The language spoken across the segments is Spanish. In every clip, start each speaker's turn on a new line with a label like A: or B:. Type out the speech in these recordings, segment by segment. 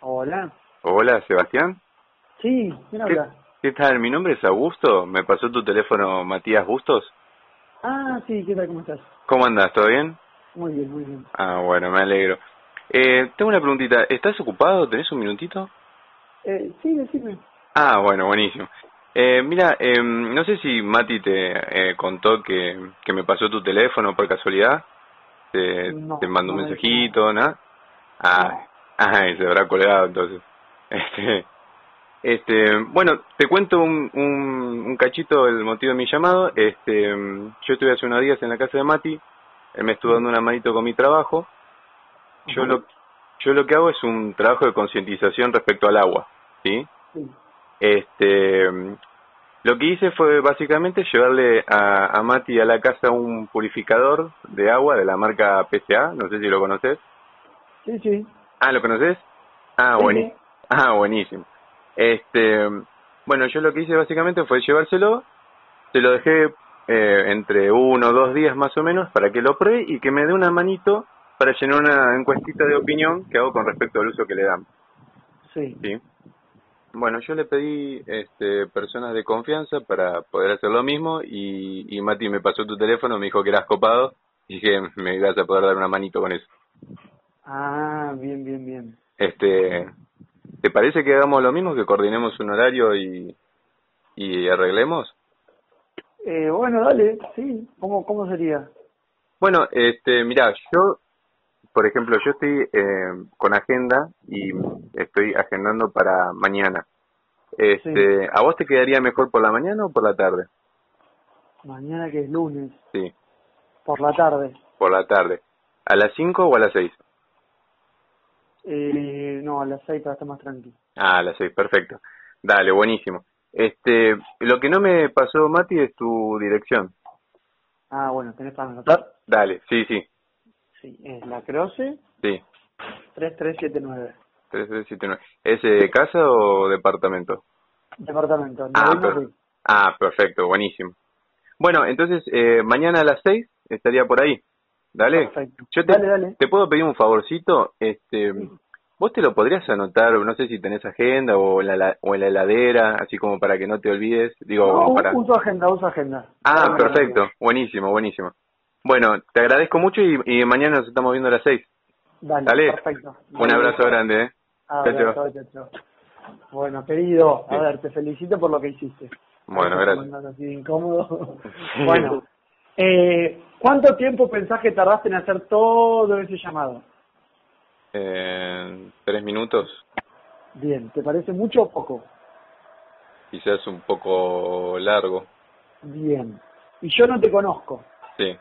A: Hola.
B: Hola, Sebastián.
A: Sí, ¿quién
B: ¿Qué,
A: habla?
B: qué tal? Mi nombre es Augusto. Me pasó tu teléfono Matías Bustos.
A: Ah, sí, ¿qué tal? ¿Cómo estás?
B: ¿Cómo andás? ¿Todo bien?
A: Muy bien, muy bien.
B: Ah, bueno, me alegro. Eh, tengo una preguntita. ¿Estás ocupado? ¿Tenés un minutito?
A: Eh, sí, decime.
B: Ah, bueno, buenísimo. Eh, mira, em, no sé si Mati te eh, contó que, que me pasó tu teléfono por casualidad. Te,
A: No,
B: te mandó
A: no
B: un
A: me dijo
B: mensajito, ¿no? Ah,
A: nada.
B: ay, se habrá colgado entonces. Este, este, bueno, te cuento un, un, un cachito el motivo de mi llamado. Este, mm, yo estuve hace unos días en la casa de Mati. Él me estuvo dando una manito con mi trabajo.
A: No.
B: Yo
A: Ajá.
B: lo, yo lo que hago es un trabajo de concientización respecto al agua, ¿sí?
A: Sí.
B: Este, mm, lo que hice fue básicamente llevarle a, a Mati a la casa un purificador de agua de la marca PCA, no sé si lo conoces.
A: Sí, sí.
B: Ah, ¿lo conoces? Ah,
A: Sí,
B: buenísimo.
A: sí.
B: Ah, buenísimo. Este, bueno, yo lo que hice básicamente fue llevárselo, se lo dejé eh, entre uno o dos días más o menos para que lo pruebe y que me dé una manito para llenar una encuestita de opinión que hago con respecto al uso que le dan.
A: Sí.
B: Sí. Bueno, yo le pedí este, personas de confianza para poder hacer lo mismo y, y Mati me pasó tu teléfono, me dijo que eras copado y que me ibas a poder dar una manito con eso.
A: Ah, bien, bien, bien.
B: Este, ¿te parece que hagamos lo mismo, que coordinemos un horario y, y arreglemos?
A: Eh, bueno, dale, sí. ¿Cómo, cómo sería?
B: Bueno, este, mirá, yo, por ejemplo, yo estoy eh, con agenda y estoy agendando para mañana.
A: Sí.
B: Este, ¿a vos te quedaría mejor por la mañana o por la tarde?
A: Mañana que es lunes,
B: Sí,
A: por la tarde.
B: por la tarde. ¿A las 5 o a las 6?
A: Eh, no, a las seis para estar más tranquilo.
B: Ah, las seis, perfecto. Dale, buenísimo. Este, lo que no me pasó, Mati, es tu dirección.
A: Ah, bueno, ¿tenés para anotar?
B: Dale, sí, sí,
A: Sí, es la Croce
B: sí.
A: 3379.
B: 3379. ¿Es eh, casa o departamento?
A: Departamento,
B: Ah,
A: noveno
B: per-
A: B.
B: ah, perfecto, buenísimo. Bueno, entonces eh, mañana a las seis estaría por ahí. Dale.
A: Perfecto.
B: Yo te,
A: Dale, dale.
B: te puedo pedir un favorcito. Este,
A: Sí.
B: vos te lo podrías anotar, no sé si tenés agenda o en la, la- o en la heladera, así como para que no te olvides. Digo,
A: No,
B: como
A: u-
B: para...
A: uso agenda, uso agenda.
B: Ah,
A: Dame la agenda.
B: perfecto. Buenísimo, buenísimo. Bueno, te agradezco mucho y, y mañana nos estamos viendo a las seis.
A: Dale,
B: ¿Dale?
A: perfecto.
B: Un
A: Dale,
B: abrazo
A: listo.
B: grande, ¿eh?
A: Ah,
B: Chao, chao.
A: Abrazo, chao, chao. Bueno, querido, a
B: Sí.
A: ver, te felicito por lo que hiciste. A
B: Bueno,
A: veces te
B: gracias.
A: mandas así de incómodo. Bueno, eh, ¿cuánto tiempo pensás que tardaste en hacer todo ese llamado?
B: Eh, tres minutos,
A: Bien, ¿te parece mucho o poco?
B: quizás un poco largo.
A: Bien. Y yo no te conozco.
B: Sí.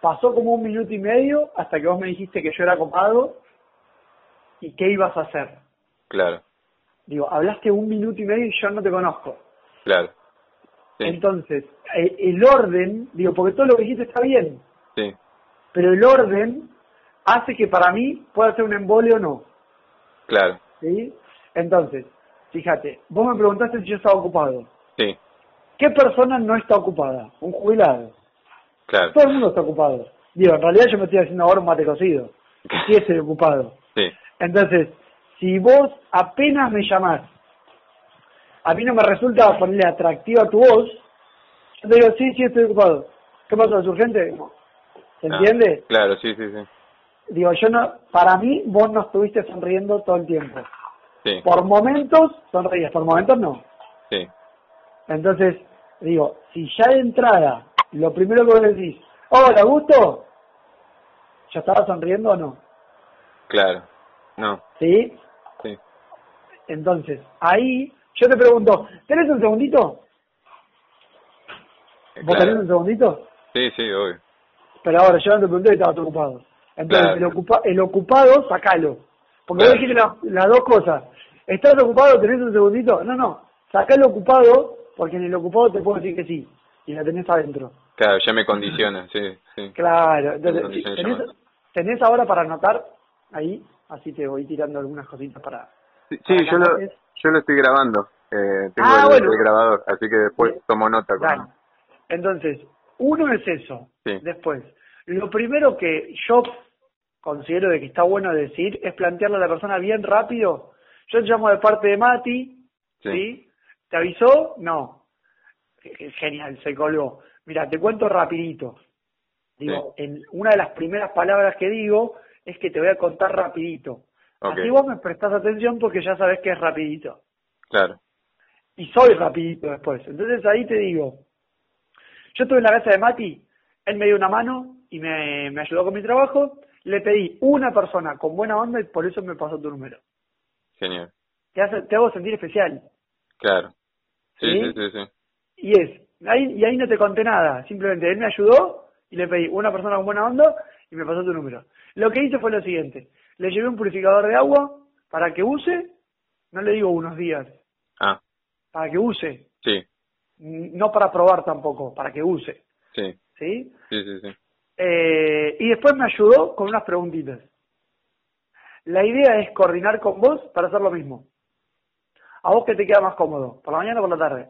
A: Pasó como un minuto y medio hasta que vos me dijiste que yo era copado y qué ibas a hacer.
B: Claro,
A: Digo, hablaste un minuto y medio y yo no te conozco.
B: claro. Sí,
A: Entonces, eh, el orden, digo, porque todo lo que dijiste está bien,
B: sí,
A: pero el orden hace que para mí pueda ser un embole o no.
B: claro.
A: ¿sí? Entonces, fíjate, vos me preguntaste si yo estaba ocupado.
B: Sí,
A: ¿Qué persona no está ocupada? Un jubilado.
B: claro.
A: Todo el mundo está ocupado. Digo, en realidad yo me estoy haciendo ahora un mate cocido. Sí estoy ocupado.
B: Sí,
A: Entonces, si vos apenas me llamás, a mí no me resulta ponerle atractiva tu voz, yo te digo, sí, sí, estoy ocupado. ¿Qué pasa? ¿Es urgente? No. ¿Se
B: ah,
A: entiende?
B: claro, sí, sí, sí.
A: Digo, yo no, para mí vos no estuviste sonriendo todo el tiempo.
B: Sí,
A: Por momentos sonríes, por momentos no.
B: sí,
A: Entonces, digo, si ya de entrada, lo primero que vos decís, hola, gusto, ¿ya estaba sonriendo o no?
B: claro. No,
A: ¿Sí?
B: sí,
A: Entonces, ahí yo te pregunto, ¿tenés un segundito?
B: eh,
A: ¿Vos tenés
B: claro.
A: un segundito?
B: Sí, sí, obvio.
A: Pero ahora, yo no te pregunté y estabas ocupado. Entonces, el,
B: Claro,
A: ocupa, el ocupado, sacalo. Porque vos
B: claro.
A: dijiste la- las dos cosas. ¿Estás ocupado? ¿Tenés un segundito? No, no. Sacá el ocupado, porque en el ocupado te puedo decir que sí. Y la tenés adentro.
B: Claro, ya me condiciona, sí, sí.
A: Claro.
B: Ya me
A: Entonces, sí,
B: condiciona el
A: ¿tenés,
B: llamado.
A: tenés ahora para anotar ahí? Así te voy tirando algunas cositas para,
B: Sí, sí,
A: para que
B: yo lo,
A: anotes.
B: yo lo estoy grabando. Eh, tengo
A: Ah,
B: el,
A: bueno.
B: el grabador, así que después
A: Bien.
B: tomo nota
A: Dale.
B: con.
A: Entonces, uno es eso.
B: Sí,
A: Después, lo primero que yo considero de que está bueno decir es plantearle a la persona bien rápido Yo te llamo de parte de Mati,
B: Sí.
A: ¿sí? ¿Te avisó? No. Eh, Genial, se colgó. Mira, te cuento rapidito. Digo, en una de las primeras palabras que digo es que te voy a contar rapidito.
B: Ok.
A: Así vos me prestás atención porque ya sabés que es rapidito.
B: Claro.
A: Y soy rapidito después. Entonces ahí te digo, yo estuve en la casa de Mati, él me dio una mano y me, me ayudó con mi trabajo. Le pedí una persona con buena onda y por eso me pasó tu número.
B: Genial.
A: Te, hace- te hago sentir especial.
B: Claro. Sí,
A: ¿Sí?
B: sí, sí, sí.
A: Y es, ahí, y ahí no te conté nada, simplemente él me ayudó y le pedí una persona con buena onda y me pasó tu número. Lo que hice fue lo siguiente, le llevé un purificador de agua para que use, no le digo unos días,
B: Ah,
A: para que use,
B: sí,
A: n- no para probar tampoco, para que use,
B: sí,
A: ¿sí?
B: sí, sí, sí.
A: Eh, y después me ayudó con unas preguntitas. La idea es coordinar con vos para hacer lo mismo. A vos que te queda más cómodo, por la mañana o por la tarde.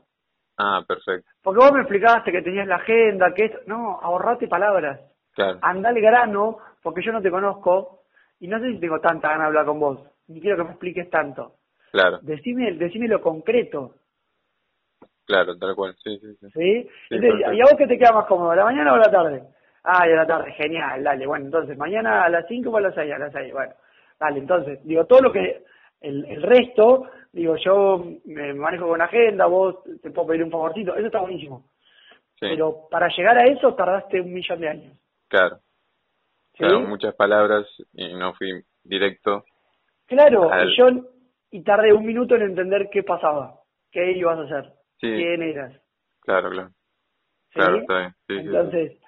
B: Ah, perfecto.
A: Porque vos me explicaste que tenías la agenda, que esto. No, ahorrate palabras.
B: Claro.
A: Andá al grano, porque yo no te conozco y no sé si tengo tanta ganas de hablar con vos. Ni quiero que me expliques tanto.
B: Claro,
A: Decime, decime lo concreto.
B: claro, tal cual. Sí, sí, sí.
A: ¿Sí?
B: Sí,
A: Entonces,
B: perfecto.
A: ¿Y a vos qué te queda más cómodo? ¿La mañana o la tarde? Ah, y a la tarde, genial, dale. Bueno, entonces, mañana a las 5 o a las 6, a las 6, bueno. Dale, entonces, digo, todo lo que, el, el resto, digo, yo me manejo con agenda, vos te puedo pedir un favorcito, eso está buenísimo.
B: Sí,
A: Pero para llegar a eso tardaste un millón de años.
B: claro.
A: ¿sí?
B: Claro, muchas palabras y no fui directo.
A: Claro,
B: Al-
A: y yo y tardé un minuto en entender qué pasaba, qué ibas a hacer,
B: Sí.
A: quién eras. ¿sí?
B: Claro, claro. Claro, está bien. Sí, sí, sí.
A: Entonces,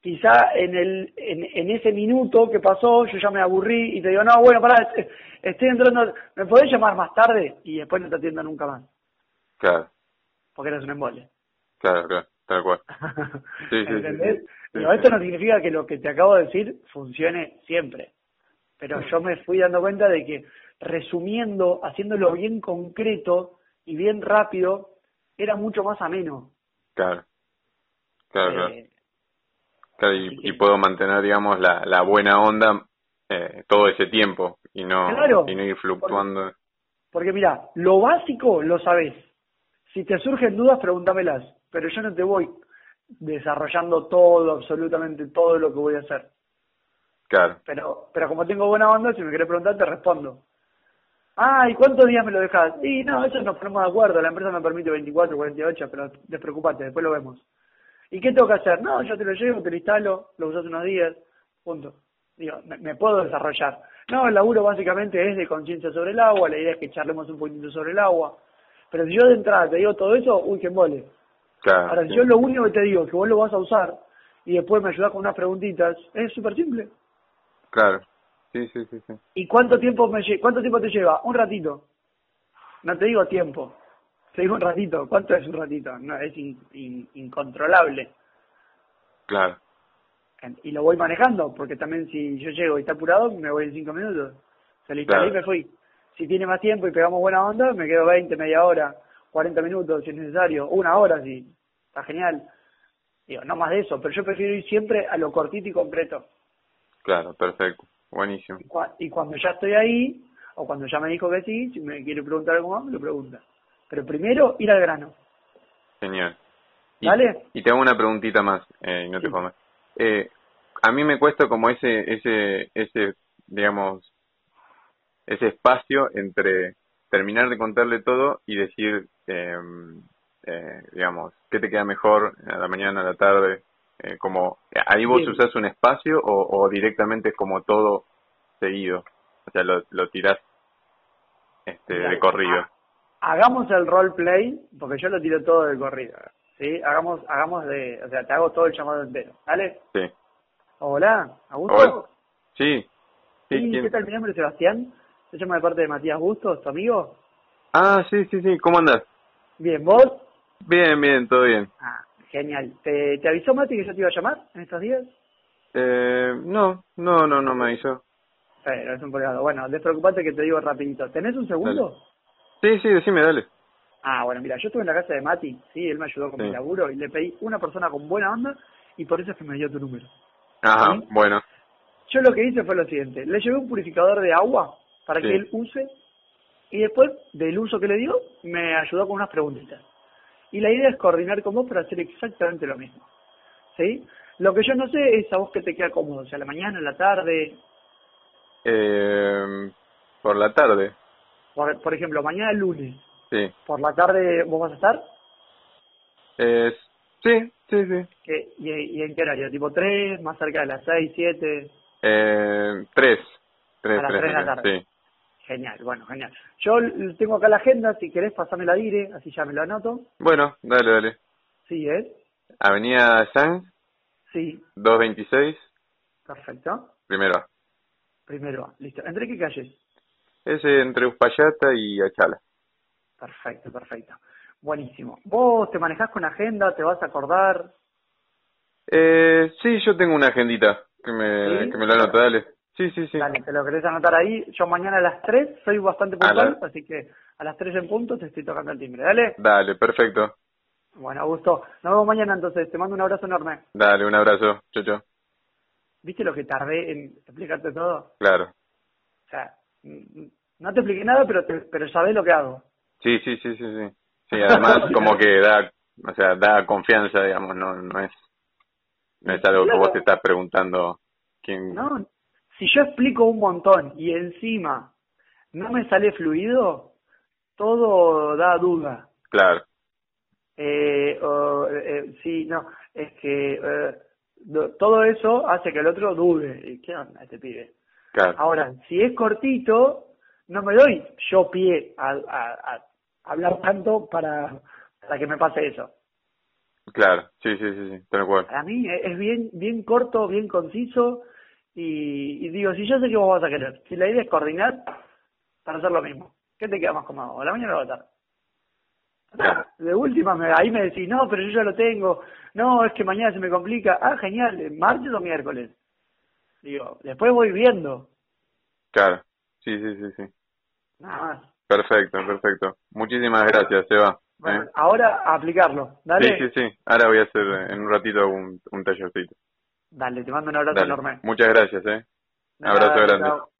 A: quizá en, el, en, en ese minuto que pasó, yo ya me aburrí y te digo, no, bueno, pará, est- estoy entrando, ¿me podés llamar más tarde? Y después no te atiendo nunca más,
B: Claro,
A: porque eres un embole.
B: claro, claro, tal cual. sí, sí,
A: ¿Entendés?
B: sí.
A: Pero
B: Sí,
A: esto
B: sí.
A: no significa que lo que te acabo de decir funcione siempre. Pero yo me fui dando cuenta de que resumiendo, haciéndolo bien concreto y bien rápido, era mucho más ameno.
B: Claro. Claro, claro.
A: Eh,
B: Claro, y,
A: Así que-
B: y puedo mantener, digamos, la, la buena onda eh, todo ese tiempo y no,
A: Claro.
B: y no ir fluctuando.
A: Porque mira, lo básico lo sabés. Si te surgen dudas, pregúntamelas. Pero yo no te voy desarrollando todo, absolutamente todo lo que voy a hacer.
B: Claro,
A: Pero, pero como tengo buena onda, si me querés preguntar, te respondo. Ah, ¿y cuántos días me lo dejas? Y no, eso nos ponemos de acuerdo. La empresa me permite 24, 48, pero despreocupate, después lo vemos. ¿Y qué tengo que hacer? No, yo te lo llevo, te lo instalo, lo usas unos días, punto. Digo, me, me puedo desarrollar. No, el laburo básicamente es de conciencia sobre el agua, la idea es que charlemos un poquitito sobre el agua. Pero si yo de entrada te digo todo eso, uy, que mole.
B: claro.
A: Ahora, si
B: Ah, sí.
A: yo lo único que te digo es que vos lo vas a usar y después me ayudás con unas preguntitas, es súper simple.
B: Claro. Sí, sí, sí, sí.
A: ¿Y cuánto tiempo me lle- cuánto tiempo te lleva? Un ratito. No te digo tiempo. Te digo un ratito. ¿Cuánto es un ratito? No, es in- in- incontrolable.
B: Claro,
A: En- Y lo voy manejando, porque también si yo llego y está apurado, me voy en cinco minutos. Salí
B: Claro.
A: y me fui. Si tiene más tiempo y pegamos buena onda, me quedo 20, media hora, 40 minutos si es necesario, una hora si está genial. Digo, no más de eso, pero yo prefiero ir siempre a lo cortito y concreto.
B: claro, perfecto. Buenísimo.
A: Cua- y cuando ya estoy ahí, o cuando ya me dijo que sí, si me quiere preguntar algo más, me lo pregunta. Pero primero, ir al grano.
B: Genial. Y,
A: Dale.
B: y te hago una preguntita más, eh, y no te
A: Sí.
B: jodas más. Eh, a mí me cuesta como ese, ese, ese, digamos, ese espacio entre terminar de contarle todo y decir, eh, eh, digamos, qué te queda mejor a la mañana, a la tarde. Eh, como, ahí vos
A: Bien.
B: usás un espacio o, o directamente es como todo seguido. O sea, lo, lo tirás este, de
A: Dale. Ah.
B: corrido.
A: Ha- hagamos el roleplay, porque yo lo tiro todo del corrido. ¿Sí? Hagamos, hagamos de, o sea, te hago todo el llamado entero. ¿Dale?
B: Sí.
A: Hola,
B: Hola.
A: ¿Augusto?
B: Sí. Sí,
A: Sí,
B: ¿quién?
A: ¿Qué tal? Mi nombre es Sebastián. Te llamo de parte de Matías Bustos, tu amigo.
B: Ah, sí, sí, sí. ¿Cómo andás?
A: Bien, ¿vos?
B: Bien, bien, todo bien.
A: Ah, genial. ¿Te, ¿Te avisó Mati que yo te iba a llamar en estos días?
B: Eh, no, no, no, no me avisó.
A: Pero es un colgado. Bueno, despreocupate que te digo rapidito. ¿Tenés un segundo?
B: Dale. Sí, sí, decime, dale.
A: Ah, bueno, mira, yo estuve en la casa de Mati, sí, él me ayudó con
B: Sí.
A: mi laburo y le pedí una persona con buena onda y por eso es que me dio tu número.
B: Ajá,
A: ¿Sí?
B: bueno,
A: Yo lo que hice fue lo siguiente, le llevé un purificador de agua para
B: Sí.
A: que él use Y después del uso que le dio, me ayudó con unas preguntitas. Y la idea es coordinar con vos para hacer exactamente lo mismo. ¿Sí? Lo que yo no sé es a vos que te queda cómodo, o sea, la mañana, la tarde,
B: Eh, por la tarde,
A: por, por ejemplo, mañana lunes,
B: sí.
A: por la tarde vos vas a estar,
B: Eh, sí, sí, sí.
A: ¿Qué- y, ¿y en qué horario? ¿Tipo 3, más cerca de las 6, 7?
B: Eh, tres. Tres,
A: A las
B: tres,
A: tres de la
B: tres,
A: tarde.
B: sí.
A: Genial, bueno, genial. Yo l- tengo acá la agenda, si querés pasame la dire, así ya me lo anoto.
B: Bueno, dale, dale.
A: Sí, ¿eh?
B: Avenida Sanz,
A: Sí,
B: 226,
A: perfecto.
B: primero A.
A: Primero A, listo. ¿Entre qué calles?
B: Es entre Uspallata y Achala.
A: Perfecto, perfecto. Buenísimo. ¿Vos te manejás con agenda? ¿Te vas a acordar?
B: Eh, sí, yo tengo una agendita que me,
A: ¿Sí?
B: que me lo anota, dale. Sí, sí, sí.
A: Dale, te lo querés anotar ahí. Yo mañana a las 3 soy bastante
B: A la-
A: puntual, así que a las 3 en punto te estoy tocando el timbre. Dale.
B: Dale, perfecto.
A: Bueno, Augusto, nos vemos mañana entonces. Te mando un abrazo enorme.
B: Dale, un abrazo. Chau, chau.
A: ¿Viste lo que tardé en explicarte todo?
B: Claro.
A: O sea, mm, mm, no te expliqué nada, pero, te- pero sabés lo que hago.
B: Sí, sí, sí, sí, sí. Sí, además como que da, o sea, da confianza, digamos, no, no es, no es algo que vos te estás preguntando quién.
A: No, si yo explico un montón y encima no me sale fluido, todo da duda.
B: Claro,
A: Eh, o, eh, sí, no, es que eh, do- todo eso hace que el otro dude. ¿Y ¿Qué onda este pibe?
B: claro.
A: Ahora, si es cortito, no me doy yo pie a, a- a hablar tanto para, para que me pase eso.
B: Claro, sí, sí, sí, sí, tal cual.
A: Para mí e- es bien, bien corto, bien conciso y, y digo, si yo sé que vos vas a querer, si la idea es coordinar para hacer lo mismo, ¿qué te queda más cómodo? ¿A la mañana o a la tarde?
B: Claro.
A: De última, me- ahí me decís, no, pero yo ya lo tengo, no, es que mañana se me complica, ah, genial, martes o miércoles. Digo, después voy viendo,
B: Claro, sí, sí, sí, sí.
A: nada más.
B: Perfecto, perfecto. Muchísimas gracias, Seba.
A: Bueno,
B: ¿eh?
A: ahora a aplicarlo, dale,
B: Sí, sí, sí. Ahora voy a hacer eh, en un ratito un, un tallercito.
A: dale, te mando un abrazo
B: Dale.
A: enorme.
B: Muchas gracias, ¿eh? Abrazo
A: Nada,
B: grande.
A: chao.